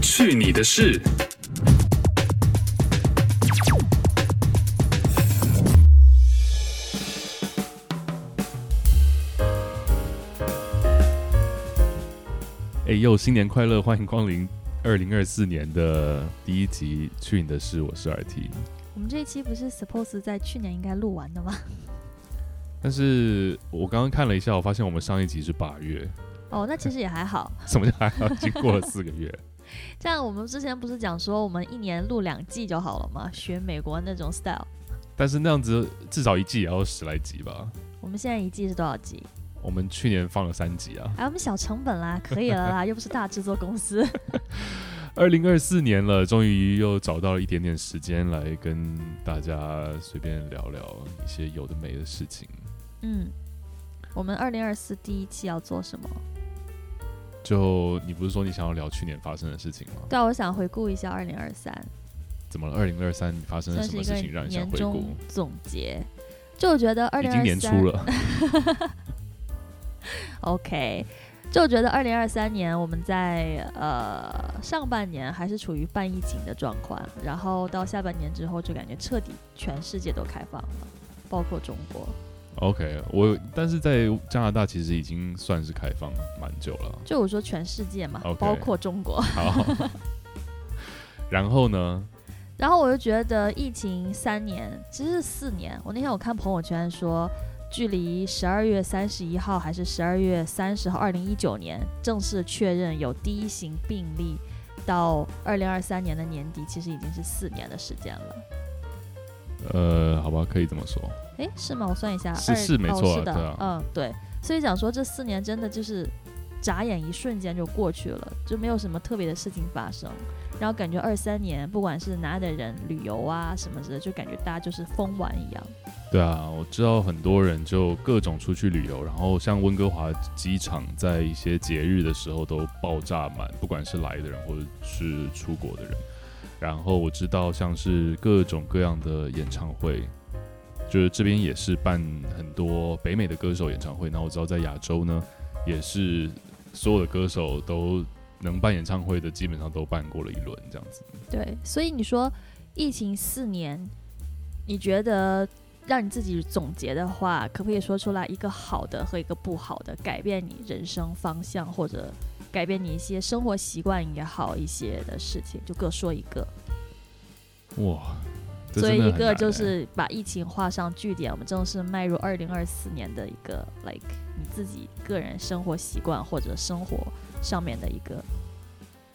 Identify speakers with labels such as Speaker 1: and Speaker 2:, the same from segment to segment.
Speaker 1: 去你的事！哎呦，新年快乐！欢迎光临二零二四年的第一集《去你的事》，我是 RT。
Speaker 2: 我们这一期不是 suppose 在去年应该录完的吗？
Speaker 1: 但是我刚刚看了一下，我发现我们上一集是八月，
Speaker 2: 哦，那其实也还好。
Speaker 1: 怎么就还好？已经过了四个月。
Speaker 2: 这样我们之前不是讲说我们一年录两季就好了吗？学美国那种 style。
Speaker 1: 但是那样子至少一季也要十来集吧。
Speaker 2: 我们现在一季是多少集？
Speaker 1: 我们去年放了三集啊。
Speaker 2: 哎，我们小成本啦，可以 了啦，又不是大制作公司。
Speaker 1: 二零二四年了，终于又找到了一点点时间来跟大家随便聊聊一些有的没的事情。
Speaker 2: 嗯，我们二零二四第一季要做什么？
Speaker 1: 就你不是说你想要聊去年发生的事情吗？
Speaker 2: 对啊，我想回顾一下二零二三，
Speaker 1: 怎么了？二零二三发生了什
Speaker 2: 算是
Speaker 1: 么
Speaker 2: 一
Speaker 1: 事
Speaker 2: 个
Speaker 1: 情让你想
Speaker 2: 年
Speaker 1: 回顾
Speaker 2: 终？总结。就我觉得二
Speaker 1: 已
Speaker 2: 零
Speaker 1: 经
Speaker 2: 二
Speaker 1: 年初
Speaker 2: 三
Speaker 1: 了，
Speaker 2: OK，就觉得二零二三年我们在呃上半年还是处于半疫情的状况，然后到下半年之后就感觉彻底全世界都开放了，包括中国。
Speaker 1: OK，我但是在加拿大其实已经算是开放蛮久了。
Speaker 2: 就我说全世界嘛
Speaker 1: OK
Speaker 2: 包括中国。
Speaker 1: 好， 然后呢？
Speaker 2: 然后我就觉得疫情三年，其实是四年。我那天我看朋友圈说，距离十二月三十一号还是十二月三十号，二零一九年正式确认有第一型病例，到二零二三年的年底，其实已经是四年的时间了。
Speaker 1: 呃，好吧，可以这么说。
Speaker 2: 诶，是吗？我算一下，
Speaker 1: 是
Speaker 2: 二
Speaker 1: 是没错啊
Speaker 2: 哦，是的，
Speaker 1: 对啊
Speaker 2: 嗯，对。所以讲说这四年真的就是眨眼一瞬间就过去了，就没有什么特别的事情发生。然后感觉二三年，不管是哪里的人旅游啊什么之类，就感觉大家就是疯玩一样。
Speaker 1: 对啊，我知道很多人就各种出去旅游，然后像温哥华机场在一些节日的时候都爆炸满，不管是来的人或者是出国的人。然后我知道像是各种各样的演唱会，就是这边也是办很多北美的歌手演唱会。那我知道在亚洲呢，也是所有的歌手都能办演唱会的，基本上都办过了一轮这样子。
Speaker 2: 对，所以你说疫情四年，你觉得让你自己总结的话，可不可以说出来一个好的和一个不好的，改变你人生方向或者改变你一些生活习惯也好一些的事情，就各说一个。
Speaker 1: 哇，这
Speaker 2: 所以
Speaker 1: 真的
Speaker 2: 一
Speaker 1: 很
Speaker 2: 个
Speaker 1: 难
Speaker 2: 就
Speaker 1: 欸
Speaker 2: 是把疫情画上句点，我们正式迈入二零二四年的一个 like 你自己个人生活习惯或者生活上面的一个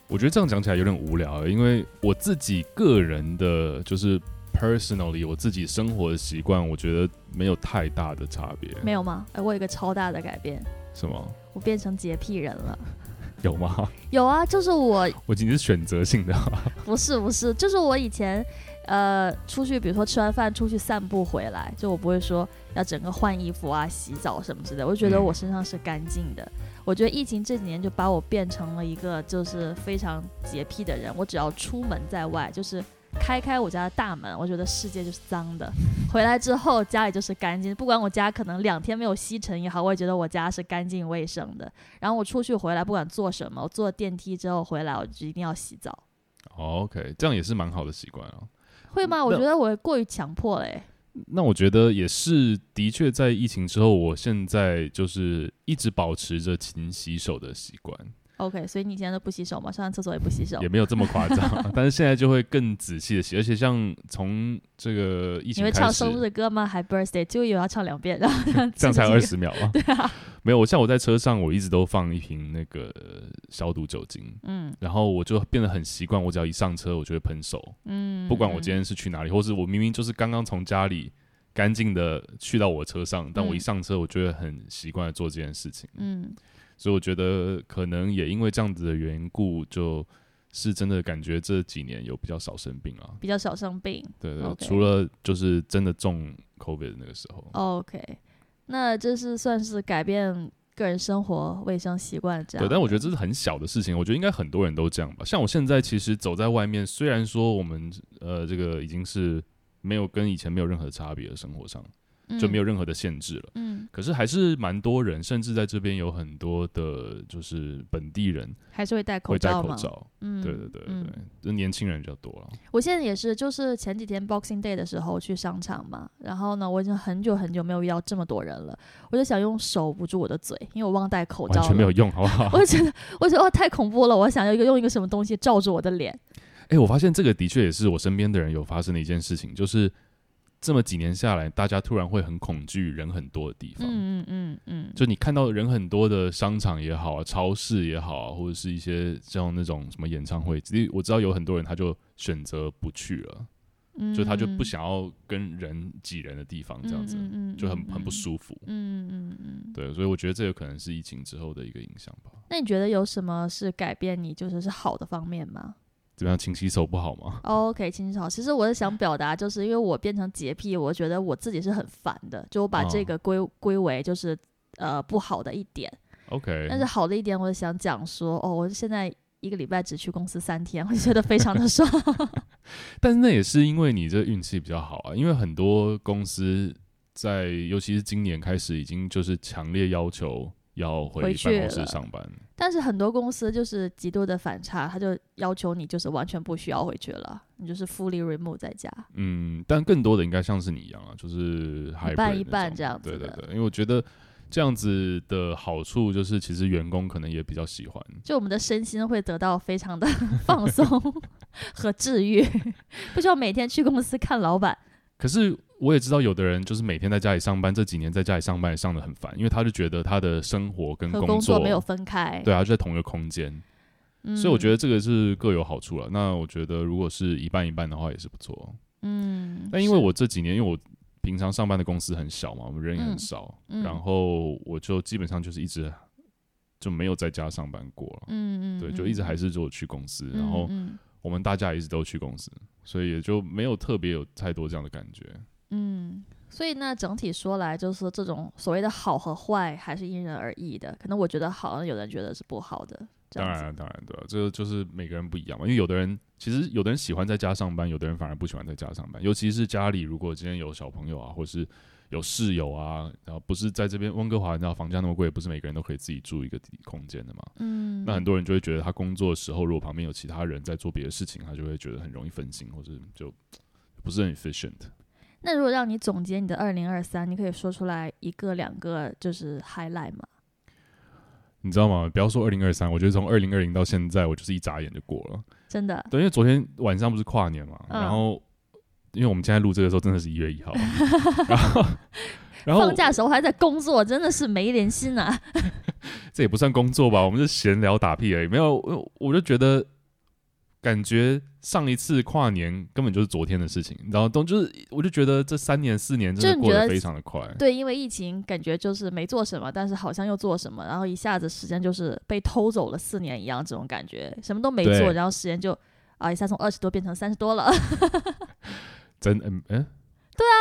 Speaker 1: 我觉得这样讲起来有点无聊，因为我自己个人的，就是 personally 我自己生活的习惯，我觉得没有太大的差别。
Speaker 2: 没有吗？哎，我有一个超大的改变，
Speaker 1: 什么？
Speaker 2: 我变成洁癖人了。
Speaker 1: 有吗？
Speaker 2: 有啊，就是我
Speaker 1: 我仅是选择性的、
Speaker 2: 不是不是，就是我以前，呃，出去比如说吃完饭出去散步回来，就我不会说要整个换衣服啊、洗澡什么之类的，我就觉得
Speaker 1: 嗯
Speaker 2: 我身上是干净的。我觉得疫情这几年就把我变成了一个就是非常洁癖的人，我只要出门在外，就是开开我家的大门，我觉得世界就是脏的，回来之后家里就是干净，不管我家可能两天没有吸尘也好，我也觉得我家是干净卫生的。然后我出去回来，不管做什么，我坐电梯之后回来，我就一定要洗澡。
Speaker 1: o k 哦这样也是蛮好的习惯啊。
Speaker 2: 会吗？我
Speaker 1: 那
Speaker 2: 觉得我过于强迫了、欸。
Speaker 1: 那我觉得也是，的确在疫情之后，我现在就是一直保持着勤洗手的习惯，
Speaker 2: OK，所以你现在都不洗手吗？上完厕所也不洗手
Speaker 1: 也？没有这么夸 张，但是现在就会更仔细的洗，而且像从这个疫
Speaker 2: 你
Speaker 1: 情
Speaker 2: 会
Speaker 1: 开始，
Speaker 2: 唱生日歌吗？还 birthday 就有要唱两遍，然后
Speaker 1: 这样才
Speaker 2: 自己
Speaker 1: 二十秒啊。
Speaker 2: 对啊，
Speaker 1: 没有，我像我在车上，我一直都放一瓶那个呃消毒酒精，
Speaker 2: 嗯
Speaker 1: 然后我就变得很习惯，我只要一上车，我就会喷手，
Speaker 2: 嗯，
Speaker 1: 不管我今
Speaker 2: 嗯
Speaker 1: 天是去哪里，或是我明明就是刚刚从家里干净的去到我车上，但我一上车，我就会很习惯的做这件事情。
Speaker 2: 嗯
Speaker 1: 所以我觉得可能也因为这样子的缘故，就是真的感觉这几年有比较少生病啊。
Speaker 2: 比较少生病。
Speaker 1: 对对
Speaker 2: OK
Speaker 1: 除了就是真的中 COVID 的那个时候，
Speaker 2: OK，那这是算是改变个人生活卫生习惯这样。
Speaker 1: 对，但我觉得这是很小的事情，我觉得应该很多人都这样吧。像我现在其实走在外面，虽然说我们呃这个已经是没有跟以前没有任何差别的生活上，就没有任何的限制了。
Speaker 2: 嗯，
Speaker 1: 可是还是蛮多人，甚至在这边有很多的，就是本地人
Speaker 2: 还是会戴口
Speaker 1: 会戴
Speaker 2: 罩
Speaker 1: 口
Speaker 2: 嘛。
Speaker 1: 罩。
Speaker 2: 嗯，
Speaker 1: 对对对对，
Speaker 2: 嗯
Speaker 1: 就年轻人比较多了。
Speaker 2: 我现在也是，就是前几天 Boxing Day 的时候去商场嘛，然后呢，我已经很久很久没有遇到这么多人了，我就想用手捂住我的嘴，因为我忘戴口罩
Speaker 1: 完
Speaker 2: 了。
Speaker 1: 全没有用，好不好？
Speaker 2: 我就觉得，我觉得哇，哦太恐怖了！我想要一个用一个什么东西罩住我的脸。
Speaker 1: 哎、我发现这个的确也是我身边的人有发生的一件事情，就是这么几年下来，大家突然会很恐惧人很多的地方。
Speaker 2: 嗯嗯嗯嗯，
Speaker 1: 就你看到人很多的商场也好啊，超市也好啊，或者是一些像那种什么演唱会，其实我知道有很多人他就选择不去了，
Speaker 2: 嗯
Speaker 1: 就他就不想要跟人挤人的地方，这样子、
Speaker 2: 嗯嗯嗯
Speaker 1: 就很很不舒服。
Speaker 2: 嗯嗯嗯嗯。
Speaker 1: 对，所以我觉得这有可能是疫情之后的一个影响吧。
Speaker 2: 那你觉得有什么是改变你就是是好的方面吗哦
Speaker 1: 怎么
Speaker 2: 嗯
Speaker 1: 样，勤洗手不好吗？
Speaker 2: ？OK，清楚。其实我是想表达，就是因为我变成洁癖，我觉得我自己是很烦的，就我把这
Speaker 1: 哦
Speaker 2: 个归、归为就是呃不好的一点。
Speaker 1: OK，
Speaker 2: 但是好的一点，我想讲说，哦，我现在一个礼拜只去公司三天，我就觉得非常 的爽。
Speaker 1: 但是那也是因为你这运气比较好啊，因为很多公司在，尤其是今年开始，已经就是强烈要求要回
Speaker 2: 回去
Speaker 1: 办公室
Speaker 2: 了
Speaker 1: 上班。
Speaker 2: 但是很多公司就是极度的反差，他就要求你就是完全不需要回去了，你就是 fully remote 在家。
Speaker 1: 嗯，但更多的应该像是你一样啊，就是
Speaker 2: 一
Speaker 1: hybrid
Speaker 2: 半一
Speaker 1: 那
Speaker 2: 半
Speaker 1: 种
Speaker 2: 这样子
Speaker 1: 对对
Speaker 2: 的
Speaker 1: 对，因为我觉得这样子的好处就是，其实员工可能也比较喜欢。
Speaker 2: 就我们的身心会得到非常的 放 松和治愈，不需要每天去公司看老板。
Speaker 1: 可是我也知道，有的人就是每天在家里上班，这几年在家里上班也上的很烦，因为他就觉得他的生活跟嗯
Speaker 2: 和
Speaker 1: 工
Speaker 2: 工作没有分开，
Speaker 1: 对啊，就在同一个空间。
Speaker 2: 嗯
Speaker 1: 所以我觉得这个是各有好处了。那我觉得如果是一半一半的话也是不错。
Speaker 2: 嗯，
Speaker 1: 但因为
Speaker 2: 是
Speaker 1: 我这几年，因为我平常上班的公司很小嘛，我们人也很少，
Speaker 2: 嗯嗯
Speaker 1: 然后我就基本上就是一直就没有在家上班过了。
Speaker 2: 嗯嗯，
Speaker 1: 对，
Speaker 2: 嗯
Speaker 1: 就一直还是就去公司，
Speaker 2: 嗯
Speaker 1: 然后
Speaker 2: 嗯
Speaker 1: 我们大家也一直都去公司，所以也就没有特别有太多这样的感觉。
Speaker 2: 嗯，所以呢，整体说来就是这种所谓的好和坏还是因人而异的，可能我觉得好，有人觉得是不好的，这
Speaker 1: 当
Speaker 2: 样子
Speaker 1: 然啊，当然，对、啊，这个就是每个人不一样嘛。因为有的人其实有的人喜欢在家上班，有的人反而不喜欢在家上班。尤其是家里如果今天有小朋友啊，或是有室友啊，然后不是在这边温哥华，你知道房价那么贵，不是每个人都可以自己住一个地空间的嘛。
Speaker 2: 嗯，
Speaker 1: 那很多人就会觉得他工作的时候，如果旁边有其他人在做别的事情，他就会觉得很容易分心，或者就不是很 efficient。
Speaker 2: 那如果让你总结你的二零二三，你可以说出来一个两个就是 highlight 吗？
Speaker 1: 你知道吗？不要说二零二三，我觉得从二零二零到现在，我就是一眨眼就过了。
Speaker 2: 真的，
Speaker 1: 对，因为昨天晚上不是跨年嘛，
Speaker 2: 嗯
Speaker 1: 然后因为我们现在录这个时候真的是一月一 号，然后 然后
Speaker 2: 放假的时候还在工作，真的是没良心呐、
Speaker 1: 这也不算工作吧，我们是闲聊打屁而已。没有，我我就觉得感觉上一次跨年根本就是昨天的事情，然后都就是我就觉得这三年四年真
Speaker 2: 就
Speaker 1: 的
Speaker 2: 你
Speaker 1: 过
Speaker 2: 觉
Speaker 1: 得
Speaker 2: 得
Speaker 1: 非常的快。
Speaker 2: 对，因为疫情，感觉就是没做什么，但是好像又做什么，然后一下子时间就是被偷走了四年一样，这种感觉，什么都没
Speaker 1: 对
Speaker 2: 做，然后时间就啊一下从二十多变成三十多了。
Speaker 1: 真嗯嗯，对啊，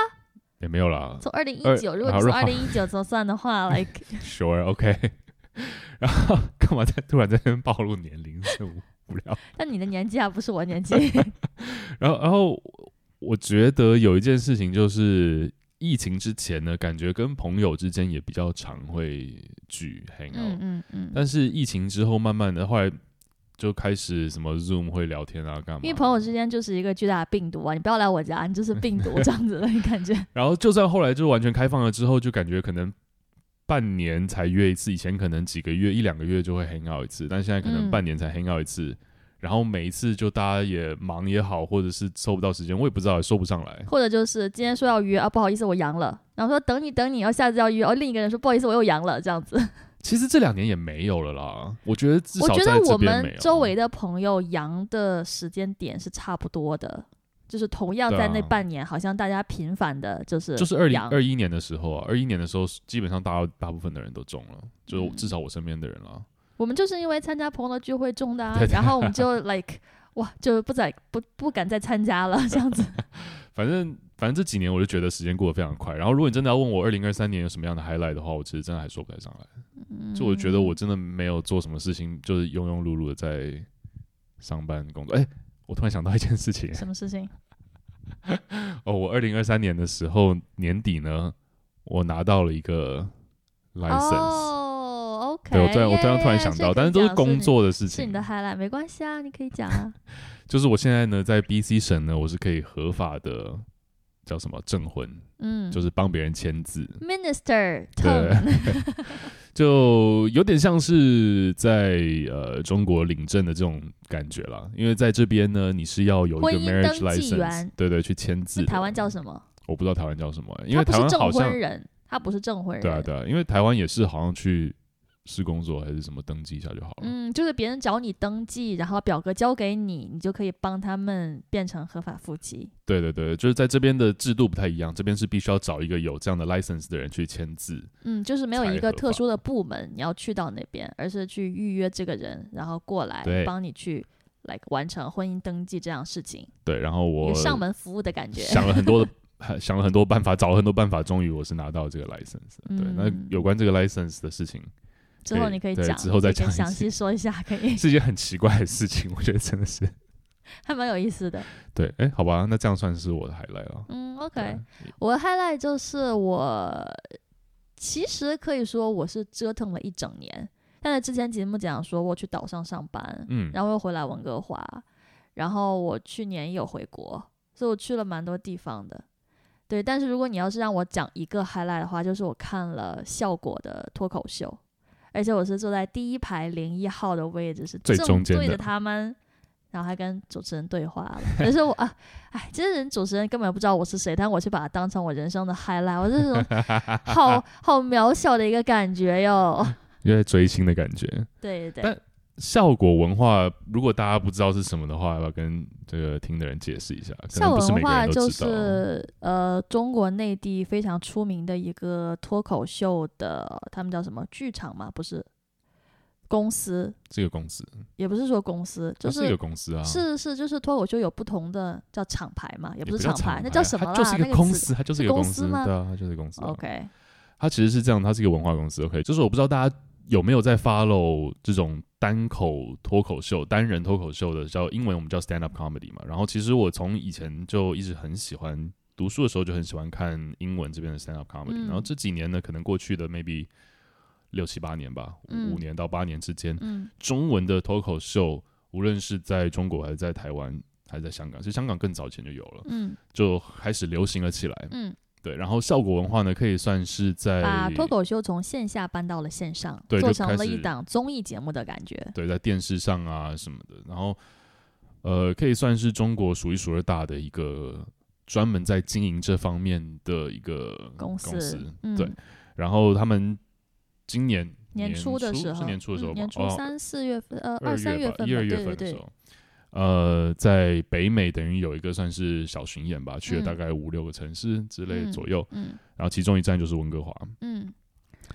Speaker 1: 也没有啦
Speaker 2: 从二零一
Speaker 1: 二
Speaker 2: 九，如果
Speaker 1: 好
Speaker 2: 你从
Speaker 1: 好
Speaker 2: 二零一九折算 的话，like
Speaker 1: ，sure OK。然 后干嘛在突然在那边暴露年龄是无无聊。
Speaker 2: 但你的年纪啊，不是我年纪，
Speaker 1: 然后，然后我觉得有一件事情就是，疫情之前呢，感觉跟朋友之间也比较常会聚 hang out，、
Speaker 2: 嗯嗯嗯，
Speaker 1: 但是疫情之后，慢慢的后来就开始什么 Zoom 会聊天啊，干嘛？
Speaker 2: 因为朋友之间就是一个巨大的病毒啊，你不要来我家，你就是病毒这样子的感觉。
Speaker 1: 然后就算后来就完全开放了之后，就感觉可能半年才约一次，以前可能几个月一两个月就会 hang out 一次，但现在可能
Speaker 2: 嗯
Speaker 1: 半年才 hang out 一次。然后每一次就大家也忙也好，或者是抽不到时间，我也不知道，说不上来。
Speaker 2: 或者就是今天说要约啊，不好意思，我阳了，然后说等你等你，然后下次要约，哦，另一个人说不好意思，我又阳了，这样子。
Speaker 1: 其实这两年也没有了啦，我觉得至
Speaker 2: 我
Speaker 1: 少
Speaker 2: 觉
Speaker 1: 在
Speaker 2: 得我
Speaker 1: 这边没
Speaker 2: 们
Speaker 1: 有。啊
Speaker 2: 周围的朋友阳的时间点是差不多的，就是同样在
Speaker 1: 对
Speaker 2: 那
Speaker 1: 啊
Speaker 2: 半年，好像大家频繁的就是
Speaker 1: 就是二零
Speaker 2: 阳
Speaker 1: 二一年的时候啊，二一年的时候基本上大大部分的人都中了，就
Speaker 2: 嗯
Speaker 1: 至少我身边的人啦。
Speaker 2: 我们就是因为参加朋友的聚会中的、啊
Speaker 1: 对，的
Speaker 2: 然后我 们就 like 哇，就不再不不敢再参加了，这样子。
Speaker 1: 反正反正这几年我就觉得时间过得非常快。然后如果你真的要问我二零二三年有什么样的 highlight 的话，我其实真的还说不太上来。 就
Speaker 2: 嗯
Speaker 1: 我觉得我真的没有做什么事情，就是庸庸碌碌的在上班工作。哎、我突然想到一件事 情，
Speaker 2: 什么事情？
Speaker 1: 哦，我二零二三年的时候年底呢，我拿到了一个 license。
Speaker 2: 哦，OK，
Speaker 1: 对，我突然我突然
Speaker 2: 耶
Speaker 1: 突然想
Speaker 2: 这
Speaker 1: 到，
Speaker 2: 可以
Speaker 1: 但是都是
Speaker 2: 讲
Speaker 1: 工
Speaker 2: 你
Speaker 1: 作的事
Speaker 2: 是
Speaker 1: 情
Speaker 2: 你的。highlight，没关系啊，你可以讲啊。
Speaker 1: 就是我现在呢，在 BC 省呢，我是可以合法的叫什么证婚，
Speaker 2: 嗯，
Speaker 1: 就是帮别人签字。
Speaker 2: Minister
Speaker 1: 对
Speaker 2: Tone，
Speaker 1: 就有点像是在呃中国领证的这种感觉啦，因为在这边呢，你是要有一
Speaker 2: 婚
Speaker 1: 个
Speaker 2: 姻
Speaker 1: marriage
Speaker 2: 登记
Speaker 1: license，
Speaker 2: 员
Speaker 1: 对对，去签字
Speaker 2: 那
Speaker 1: 的。
Speaker 2: 台湾叫什么？
Speaker 1: 哦我不知道台湾叫什么、因
Speaker 2: 他
Speaker 1: 为
Speaker 2: 不
Speaker 1: 台
Speaker 2: 是
Speaker 1: 湾好
Speaker 2: 证
Speaker 1: 像
Speaker 2: 婚人，他不是证婚人。
Speaker 1: 对啊对啊，因为台湾也是好像去市公所还是什么登记一下就好了。
Speaker 2: 嗯，就是别人找你登记，然后表格交给你，你就可以帮他们变成合法夫妻。
Speaker 1: 对对对，就是在这边的制度不太一样，这边是必须要找一个有这样的 license 的人去签字。
Speaker 2: 嗯，就是没有
Speaker 1: 才
Speaker 2: 一个
Speaker 1: 合
Speaker 2: 特
Speaker 1: 法
Speaker 2: 殊的部门你要去到那边，而是去预约这个人，然后过来
Speaker 1: 对
Speaker 2: 帮你去 like 完成婚姻登记这样的事情，
Speaker 1: 对，然后
Speaker 2: 一
Speaker 1: 我
Speaker 2: 个上门服务的感觉。
Speaker 1: 想了很多的。 还想了很多办法，找了很多办法，终于我是拿到这个 license 了。对，
Speaker 2: 嗯
Speaker 1: 那有关这个 license 的事情，
Speaker 2: 之后
Speaker 1: 对
Speaker 2: 你可以
Speaker 1: 对
Speaker 2: 讲，
Speaker 1: 之后再
Speaker 2: 你可以
Speaker 1: 讲一
Speaker 2: 详
Speaker 1: 次
Speaker 2: 细说一下，可以，
Speaker 1: 是一件很奇怪的事情，我觉得真的是。
Speaker 2: 还蛮有意思的。
Speaker 1: 对，哎、好吧，那这样算是我的 highlight 了。
Speaker 2: 嗯，OK，我的 highlight 就是我其实可以说我是折腾了一整年，但是之前节目讲说我去岛上上班，
Speaker 1: 嗯
Speaker 2: 然后又回来温哥华，然后我去年也有回国，所以我去了蛮多地方的。对，但是如果你要是让我讲一个 highlight 的话，就是我看了效果的脱口秀，而且我是坐在第一排零一号的位置，是
Speaker 1: 最
Speaker 2: 正
Speaker 1: 中间
Speaker 2: 对着
Speaker 1: 的
Speaker 2: 他们，然后还跟主持人对话了。 可是我啊，哎，这些人主持人根本不知道我是谁，但我却把它当成我人生的 highlight，我这种 好好渺小的一个感觉哟。
Speaker 1: 有点追星的感觉。
Speaker 2: 对对
Speaker 1: 但
Speaker 2: 对，
Speaker 1: 效果文化，如果大家不知道是什么的话，要不要跟这个听的人解释一下？可
Speaker 2: 校
Speaker 1: 能不是
Speaker 2: 文
Speaker 1: 每个
Speaker 2: 化
Speaker 1: 人
Speaker 2: 就
Speaker 1: 都知道。啊
Speaker 2: 是呃中国内地非常出名的一个脱口秀的，他们叫什么剧场嘛？不是公司，
Speaker 1: 这个公司，
Speaker 2: 也不是说公司，就
Speaker 1: 它
Speaker 2: 是
Speaker 1: 一个公司啊，
Speaker 2: 是是，就是脱口秀有不同的叫厂牌嘛，也
Speaker 1: 也
Speaker 2: 不是
Speaker 1: 叫
Speaker 2: 厂牌，那
Speaker 1: 啊
Speaker 2: 叫什么啦？
Speaker 1: 它就是一
Speaker 2: 那
Speaker 1: 个
Speaker 2: 个
Speaker 1: 公
Speaker 2: 词
Speaker 1: 司，它就是一
Speaker 2: 是
Speaker 1: 个
Speaker 2: 公
Speaker 1: 公
Speaker 2: 司
Speaker 1: 司，
Speaker 2: 吗
Speaker 1: 对啊，它就是一个公司啊。
Speaker 2: OK，
Speaker 1: 它其实是这样，它是一个文化公司。OK，就是我不知道大家有没有在 follow 这种单口脱口秀、单人脱口秀的，叫英文我们叫 stand up comedy 嘛。然后其实我从以前就一直很喜欢，读书的时候就很喜欢看英文这边的 stand up comedy、
Speaker 2: 嗯
Speaker 1: 然后这几年呢，可能过去的 maybe 六七八年吧，
Speaker 2: 嗯
Speaker 1: 五五年到八年之间，
Speaker 2: 嗯
Speaker 1: 中文的脱口秀，无论是在中国还是在台湾。还是在香港，其实香港更早以前就有了，
Speaker 2: 嗯
Speaker 1: 就开始流行了起来。
Speaker 2: 嗯，
Speaker 1: 对，然后效果文化呢，可以算是在
Speaker 2: 把脱口秀从线下搬到了线上，
Speaker 1: 哎对
Speaker 2: 做
Speaker 1: 就
Speaker 2: 成
Speaker 1: 开
Speaker 2: 了一
Speaker 1: 始嗯
Speaker 2: 档综艺节目的感觉。
Speaker 1: 对，在电视上啊什么的，然后呃，可以算是中国数一数二大的一个专门在经营这方面的一个
Speaker 2: 公
Speaker 1: 司，
Speaker 2: 嗯，
Speaker 1: 对。然后他们今年
Speaker 2: 年初的时候，
Speaker 1: 是年初的时候
Speaker 2: 嗯
Speaker 1: 吧，
Speaker 2: 年初
Speaker 1: 哦
Speaker 2: 三四月份，呃，
Speaker 1: 二
Speaker 2: 二三
Speaker 1: 月吧
Speaker 2: 份吧，
Speaker 1: 一二月
Speaker 2: 对
Speaker 1: 份
Speaker 2: 对
Speaker 1: 的时
Speaker 2: 对，
Speaker 1: 候，呃，在北美等于有一个算是小巡演吧，去了
Speaker 2: 嗯
Speaker 1: 大概五六个城市之类
Speaker 2: 嗯
Speaker 1: 左右，
Speaker 2: 嗯
Speaker 1: 然后其中一站就是温哥华，
Speaker 2: 嗯。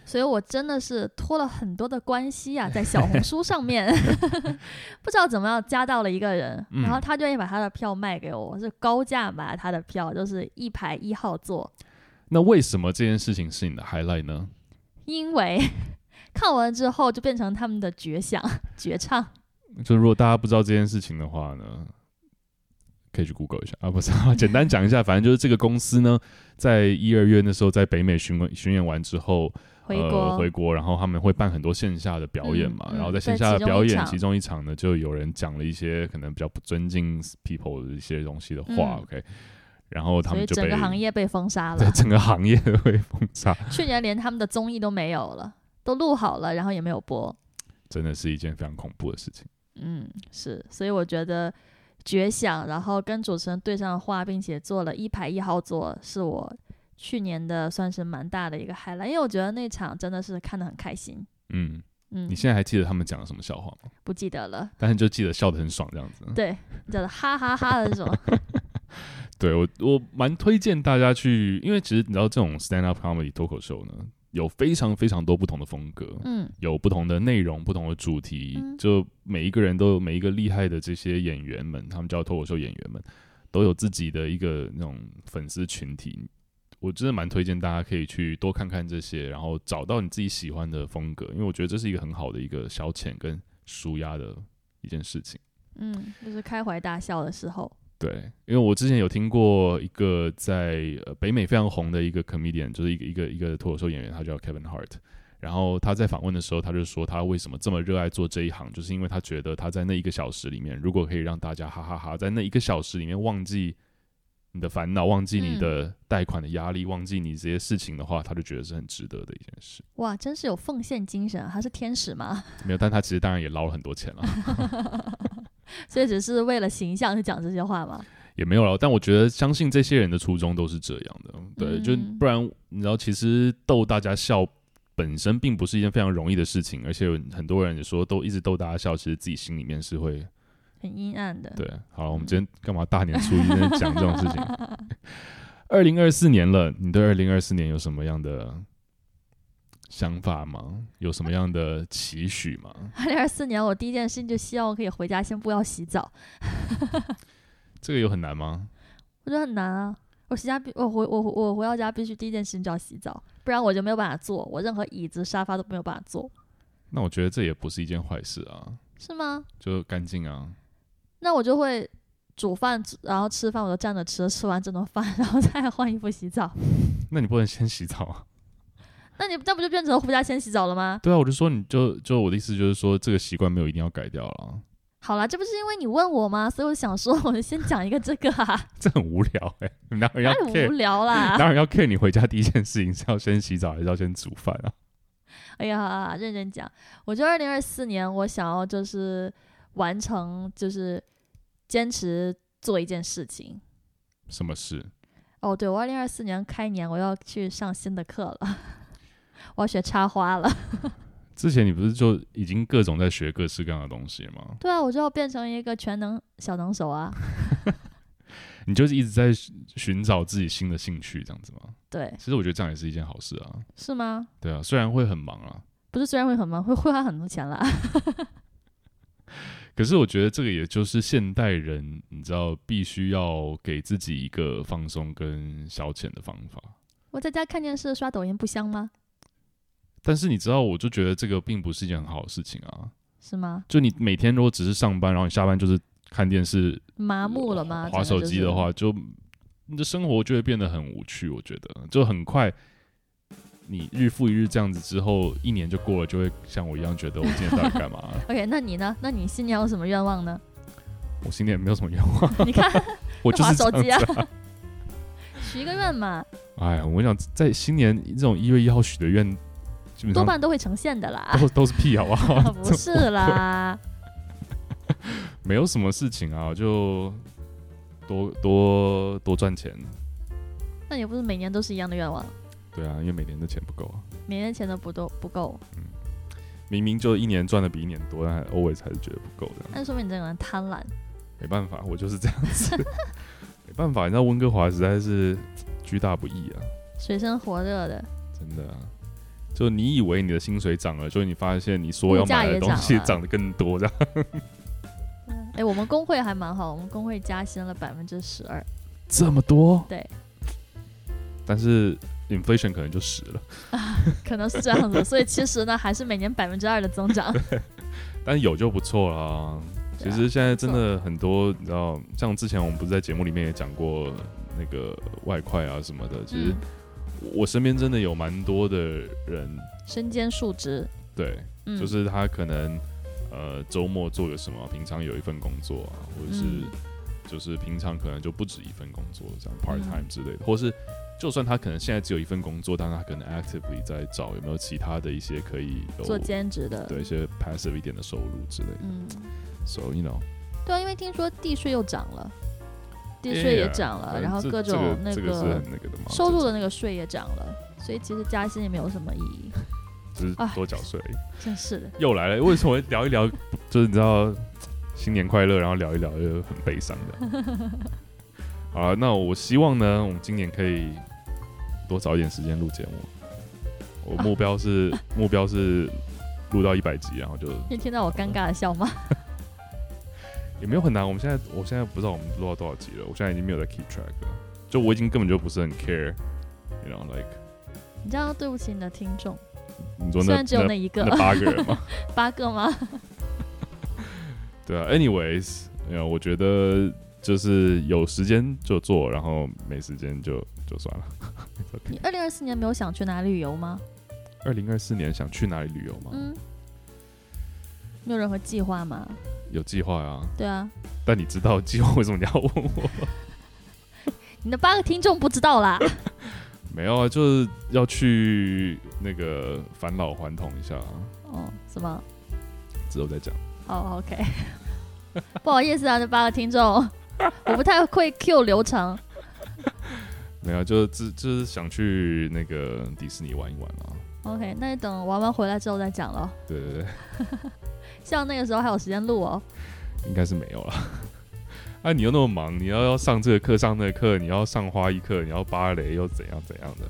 Speaker 2: 所以我真的是托了很多的关系啊，在 小红书上面， 不知道怎么样加到了一个人，
Speaker 1: 嗯
Speaker 2: 然后他愿意把他的票卖给我，我是高价买了他的票，就是一排一号座，
Speaker 1: 那为什么这件事情是你的 highlight 呢？
Speaker 2: 因为 看完之后就变成他们的绝响、绝唱。
Speaker 1: 就如果大家不知道这件事情的话呢，可以去 Google 一下啊，不是， 简单讲一下，反正就是这个公司呢，在一二月那时候在北美巡演巡演完之后，
Speaker 2: 回国，
Speaker 1: 呃，回国，然后他们会办很多线下的表演嘛，
Speaker 2: 嗯嗯
Speaker 1: 然后在线下的表
Speaker 2: 对其中一
Speaker 1: 演，
Speaker 2: 场
Speaker 1: 其中一场呢，就有人讲了一些可能比较不尊敬 people 的一些东西的话、
Speaker 2: 嗯
Speaker 1: o k 然后他
Speaker 2: 所以
Speaker 1: 们就
Speaker 2: 整
Speaker 1: 被
Speaker 2: 个行业被封杀
Speaker 1: 对
Speaker 2: 了。
Speaker 1: 整个行业都被封杀，
Speaker 2: 去年连他们的综艺都没有了，都录好了，然后也没有播。
Speaker 1: 真的是一件非常恐怖的事情。
Speaker 2: 嗯，是，所以我觉得绝响，然后跟主持人对上话，并且做了一排一号座，是我去年的算是蛮大的一个 highlight，因为我觉得那场真的是看得很开心。
Speaker 1: 嗯，
Speaker 2: 嗯
Speaker 1: 你，现在还记得他们讲了什么笑话吗？
Speaker 2: 不记得了，
Speaker 1: 但是就记得笑得很爽这样子。
Speaker 2: 对，叫做哈哈哈的那种，
Speaker 1: 对我，我蛮推荐大家去，因为其实你知道，这种 stand up comedy 脱口秀呢，有非常非常多不同的风格，
Speaker 2: 嗯
Speaker 1: 有不同的内容、不同的主题，
Speaker 2: 嗯
Speaker 1: 就每一个人都有每一个厉害的这些演员们，他们叫脱口秀演员们，都有自己的一个那种粉丝群体。我真的蛮推荐大家可以去多看看这些，然后找到你自己喜欢的风格，因为我觉得这是一个很好的一个消遣跟舒压的一件事情。
Speaker 2: 嗯，就是开怀大笑的时候，
Speaker 1: 对，因为我之前有听过一个在、呃、北美非常红的一个 comedian，就是一个一个一个脱口秀演员，他叫 Kevin Hart。然后他在访问的时候，他就说他为什么这么热爱做这一行，就是因为他觉得他在那一个小时里面，如果可以让大家哈哈哈在那一个小时里面忘记你的烦恼，忘记你的贷款的压力，忘记你这些事情的话，他就觉得是很值得的一件事。
Speaker 2: 哇，真是有奉献精神啊，他是天使吗？
Speaker 1: 没有，但他其实当然也捞了很多钱了，
Speaker 2: 所以只是为了形象去讲这些话吗？
Speaker 1: 也没有了。但我觉得，相信这些人的初衷都是这样的，对，就
Speaker 2: 嗯
Speaker 1: 不然你知道，其实逗大家笑本身并不是一件非常容易的事情，而且很多人也说都一直逗大家笑，其实自己心里面是会
Speaker 2: 很阴暗的。
Speaker 1: 对，好，我们今天干嘛大年初一在那讲这种事情？二零二四年了，你对二零二四年有什么样的想法吗？有什么样的期许吗？
Speaker 2: 二零二四年，我第一件事情就希望我可以回家，先不要洗澡。
Speaker 1: 这个有很难吗？
Speaker 2: 我觉得很难啊。我回家必我回我我回到家必须第一件事情就要洗澡，不然我就没有办法坐，我任何椅子沙发都没有办法坐，
Speaker 1: 那我觉得这也不是一件坏事啊，
Speaker 2: 是吗？
Speaker 1: 就干净啊。
Speaker 2: 那我就会煮饭，然后吃饭我就站着吃，吃完这顿饭 然后再换衣服洗澡。
Speaker 1: 那你不能先洗澡啊？
Speaker 2: 那你那不就变成回家先洗澡了吗？
Speaker 1: 对啊，我就说你就就我的意思就是说，这个习惯没有一定要改掉了啊，
Speaker 2: 好啦，这不是因为你问我吗？所以我想说， 我就先讲一个这个啊，
Speaker 1: 这很无聊哎、欸，哪有人要
Speaker 2: 太无
Speaker 1: care？嗯
Speaker 2: 聊啊啦！
Speaker 1: 哪有人要 care？你回家第一件事情是要先洗澡还是要先煮饭啊？
Speaker 2: 哎呀，认真讲，我觉得二零二四年我想要就是完成，就是坚持做一件事情。
Speaker 1: 什么事？
Speaker 2: 哦，对，我二零二四年开年我要去上新的课了， 我要学插花了。
Speaker 1: 之前你不是就已经各种在学各式各样的东西了吗？
Speaker 2: 对啊，我就要变成一个全能小能手啊。
Speaker 1: 你就是一直在寻寻找自己新的兴趣，这样子吗？
Speaker 2: 对，
Speaker 1: 其实我觉得这样也是一件好事啊。
Speaker 2: 是吗？
Speaker 1: 对啊，虽然会很忙啊，
Speaker 2: 不是，虽然会很忙，会会花很多钱啦。
Speaker 1: 可是我觉得这个也就是现代人，你知道，必须要给自己一个放松跟消遣的方法。
Speaker 2: 我在家看电视、刷抖音不香吗？
Speaker 1: 但是你知道，我就觉得这个并不是一件很好的事情啊。
Speaker 2: 是吗？
Speaker 1: 就你每天如果只是上班，然后你下班就是看电视、呃
Speaker 2: 麻木了吗？
Speaker 1: 划
Speaker 2: 真
Speaker 1: 手
Speaker 2: 就
Speaker 1: 机
Speaker 2: 是
Speaker 1: 的，话，就你的生活就会变得很无趣。我觉得，就很快，你日复一日这样子之后，一年就过了，就会像我一样觉得我今年到底干 嘛？
Speaker 2: OK，那你呢？那你新年有什么愿望呢？
Speaker 1: 我新年没有什么愿望，
Speaker 2: 你看，
Speaker 1: 我就
Speaker 2: 划
Speaker 1: 是
Speaker 2: 手
Speaker 1: 这
Speaker 2: 机啊
Speaker 1: 样子啊。，
Speaker 2: 许一个愿嘛，
Speaker 1: 哎呀，我想在新年这种一月一号许的愿，基本
Speaker 2: 多
Speaker 1: 上
Speaker 2: 半都会呈现的 啦。
Speaker 1: 都都是屁，好不好？
Speaker 2: 不是啦，
Speaker 1: 没有什么事情啊，就多多多赚钱。
Speaker 2: 那也不是每年都是一样的愿望，
Speaker 1: 对啊，因为每年的钱不够啊，
Speaker 2: 每年钱都不都不够，
Speaker 1: 明明就一年赚的比一年多，但 always 还是觉得不够的。
Speaker 2: 那就说明你这个人贪婪。
Speaker 1: 没办法，我就是这样子， 没办法。你知道温哥华实在是居大不易啊，
Speaker 2: 水深火热的，
Speaker 1: 真的、啊。就你以为你的薪水涨了，就你发现你所有要买的东
Speaker 2: 物价也
Speaker 1: 西
Speaker 2: 涨了
Speaker 1: 涨得更多，这 样。
Speaker 2: 哎，我们工会还蛮好，我们工会加薪了百分之十二，
Speaker 1: 这么多
Speaker 2: 对。
Speaker 1: 但是 inflation 可能就十了，
Speaker 2: 可能是这样子，所以其实呢，还是每年百分之二的增长。
Speaker 1: 但有就不错了啊。
Speaker 2: 对
Speaker 1: 其
Speaker 2: 啊
Speaker 1: 实现在真的很多，你知道，像之前我们不是在节目里面也讲过那个外快啊什么的，其实
Speaker 2: 嗯，
Speaker 1: 我身边真的有蛮多的人，
Speaker 2: 身兼数职，
Speaker 1: 对，
Speaker 2: 嗯，
Speaker 1: 就是他可能呃周末做个什么，平常有一份工作啊，或者是、
Speaker 2: 嗯
Speaker 1: 就是平常可能就不止一份工作，这样 part
Speaker 2: 嗯
Speaker 1: time 之类的，或是就算他可能现在只有一份工作，但他可能 actively 在找有没有其他的一些可以有
Speaker 2: 做兼职的，
Speaker 1: 对一些 passive 一点的收入之类的。
Speaker 2: 嗯，
Speaker 1: So you know，
Speaker 2: 对啊，因为听说地税又涨了，地税也涨了，
Speaker 1: 呃
Speaker 2: 然后
Speaker 1: 这
Speaker 2: 各
Speaker 1: 这
Speaker 2: 种那
Speaker 1: 这个是很那个的嘛，
Speaker 2: 收入
Speaker 1: 这
Speaker 2: 的那个税也涨了，所以其实加薪也没有什么意义，
Speaker 1: 就是
Speaker 2: 啊
Speaker 1: 多缴税而已。
Speaker 2: 真是的。
Speaker 1: 又来了，为什么聊一聊，就是你知道新年快乐，然后聊一聊又很悲伤的。好了，那我希望呢，我们今年可以多找一点时间录节目。我目标是、
Speaker 2: 啊
Speaker 1: 目标是录到一百集，然后就
Speaker 2: 你听到我尴尬的笑吗？
Speaker 1: 也没有很难。我们现在我现在不知道我们录到多少集了，我现在已经没有在 keep track 了，就我已经根本就不是很 care，you know like
Speaker 2: 你这样对不起你的听众，
Speaker 1: 你说
Speaker 2: 虽
Speaker 1: 那
Speaker 2: 然只有那
Speaker 1: 那
Speaker 2: 一个
Speaker 1: 那八个人嘛，
Speaker 2: 八个吗？
Speaker 1: 哎对啊，anyways，呃，我觉得就是有时间就做，然后没时间就就算了。
Speaker 2: 你二零二四年没有想去哪里旅游吗？
Speaker 1: 二零二四年想去哪里旅游吗？
Speaker 2: 嗯，没有任何计划吗？
Speaker 1: 有计划啊，
Speaker 2: 对啊，
Speaker 1: 但你知道计划为什么你要问我？
Speaker 2: 你的八个听众不知道啦。
Speaker 1: 没有啊，就是要去那个返老还童一下啊，
Speaker 2: 哦，什么？
Speaker 1: 之后再讲。
Speaker 2: 哦，OK，不好意思啊，这八个听众，我不太会 Q 流程。
Speaker 1: 没有啊，就是自就是想去那个迪士尼玩一玩啊。
Speaker 2: OK，那你等玩完回来之后再讲咯。
Speaker 1: 对对对，
Speaker 2: 希望那个时候还有时间录哦。
Speaker 1: 应该是没有了。 啊，你又那么忙，你要要上这个课上那个课，你要上花艺课，你要芭蕾又怎样怎样的。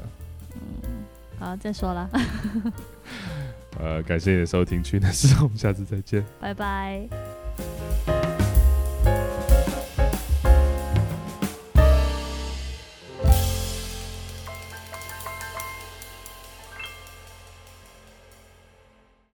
Speaker 2: 好，再说啦，
Speaker 1: 呃，感谢你的收听，去的时候我们下次再见。
Speaker 2: 拜拜。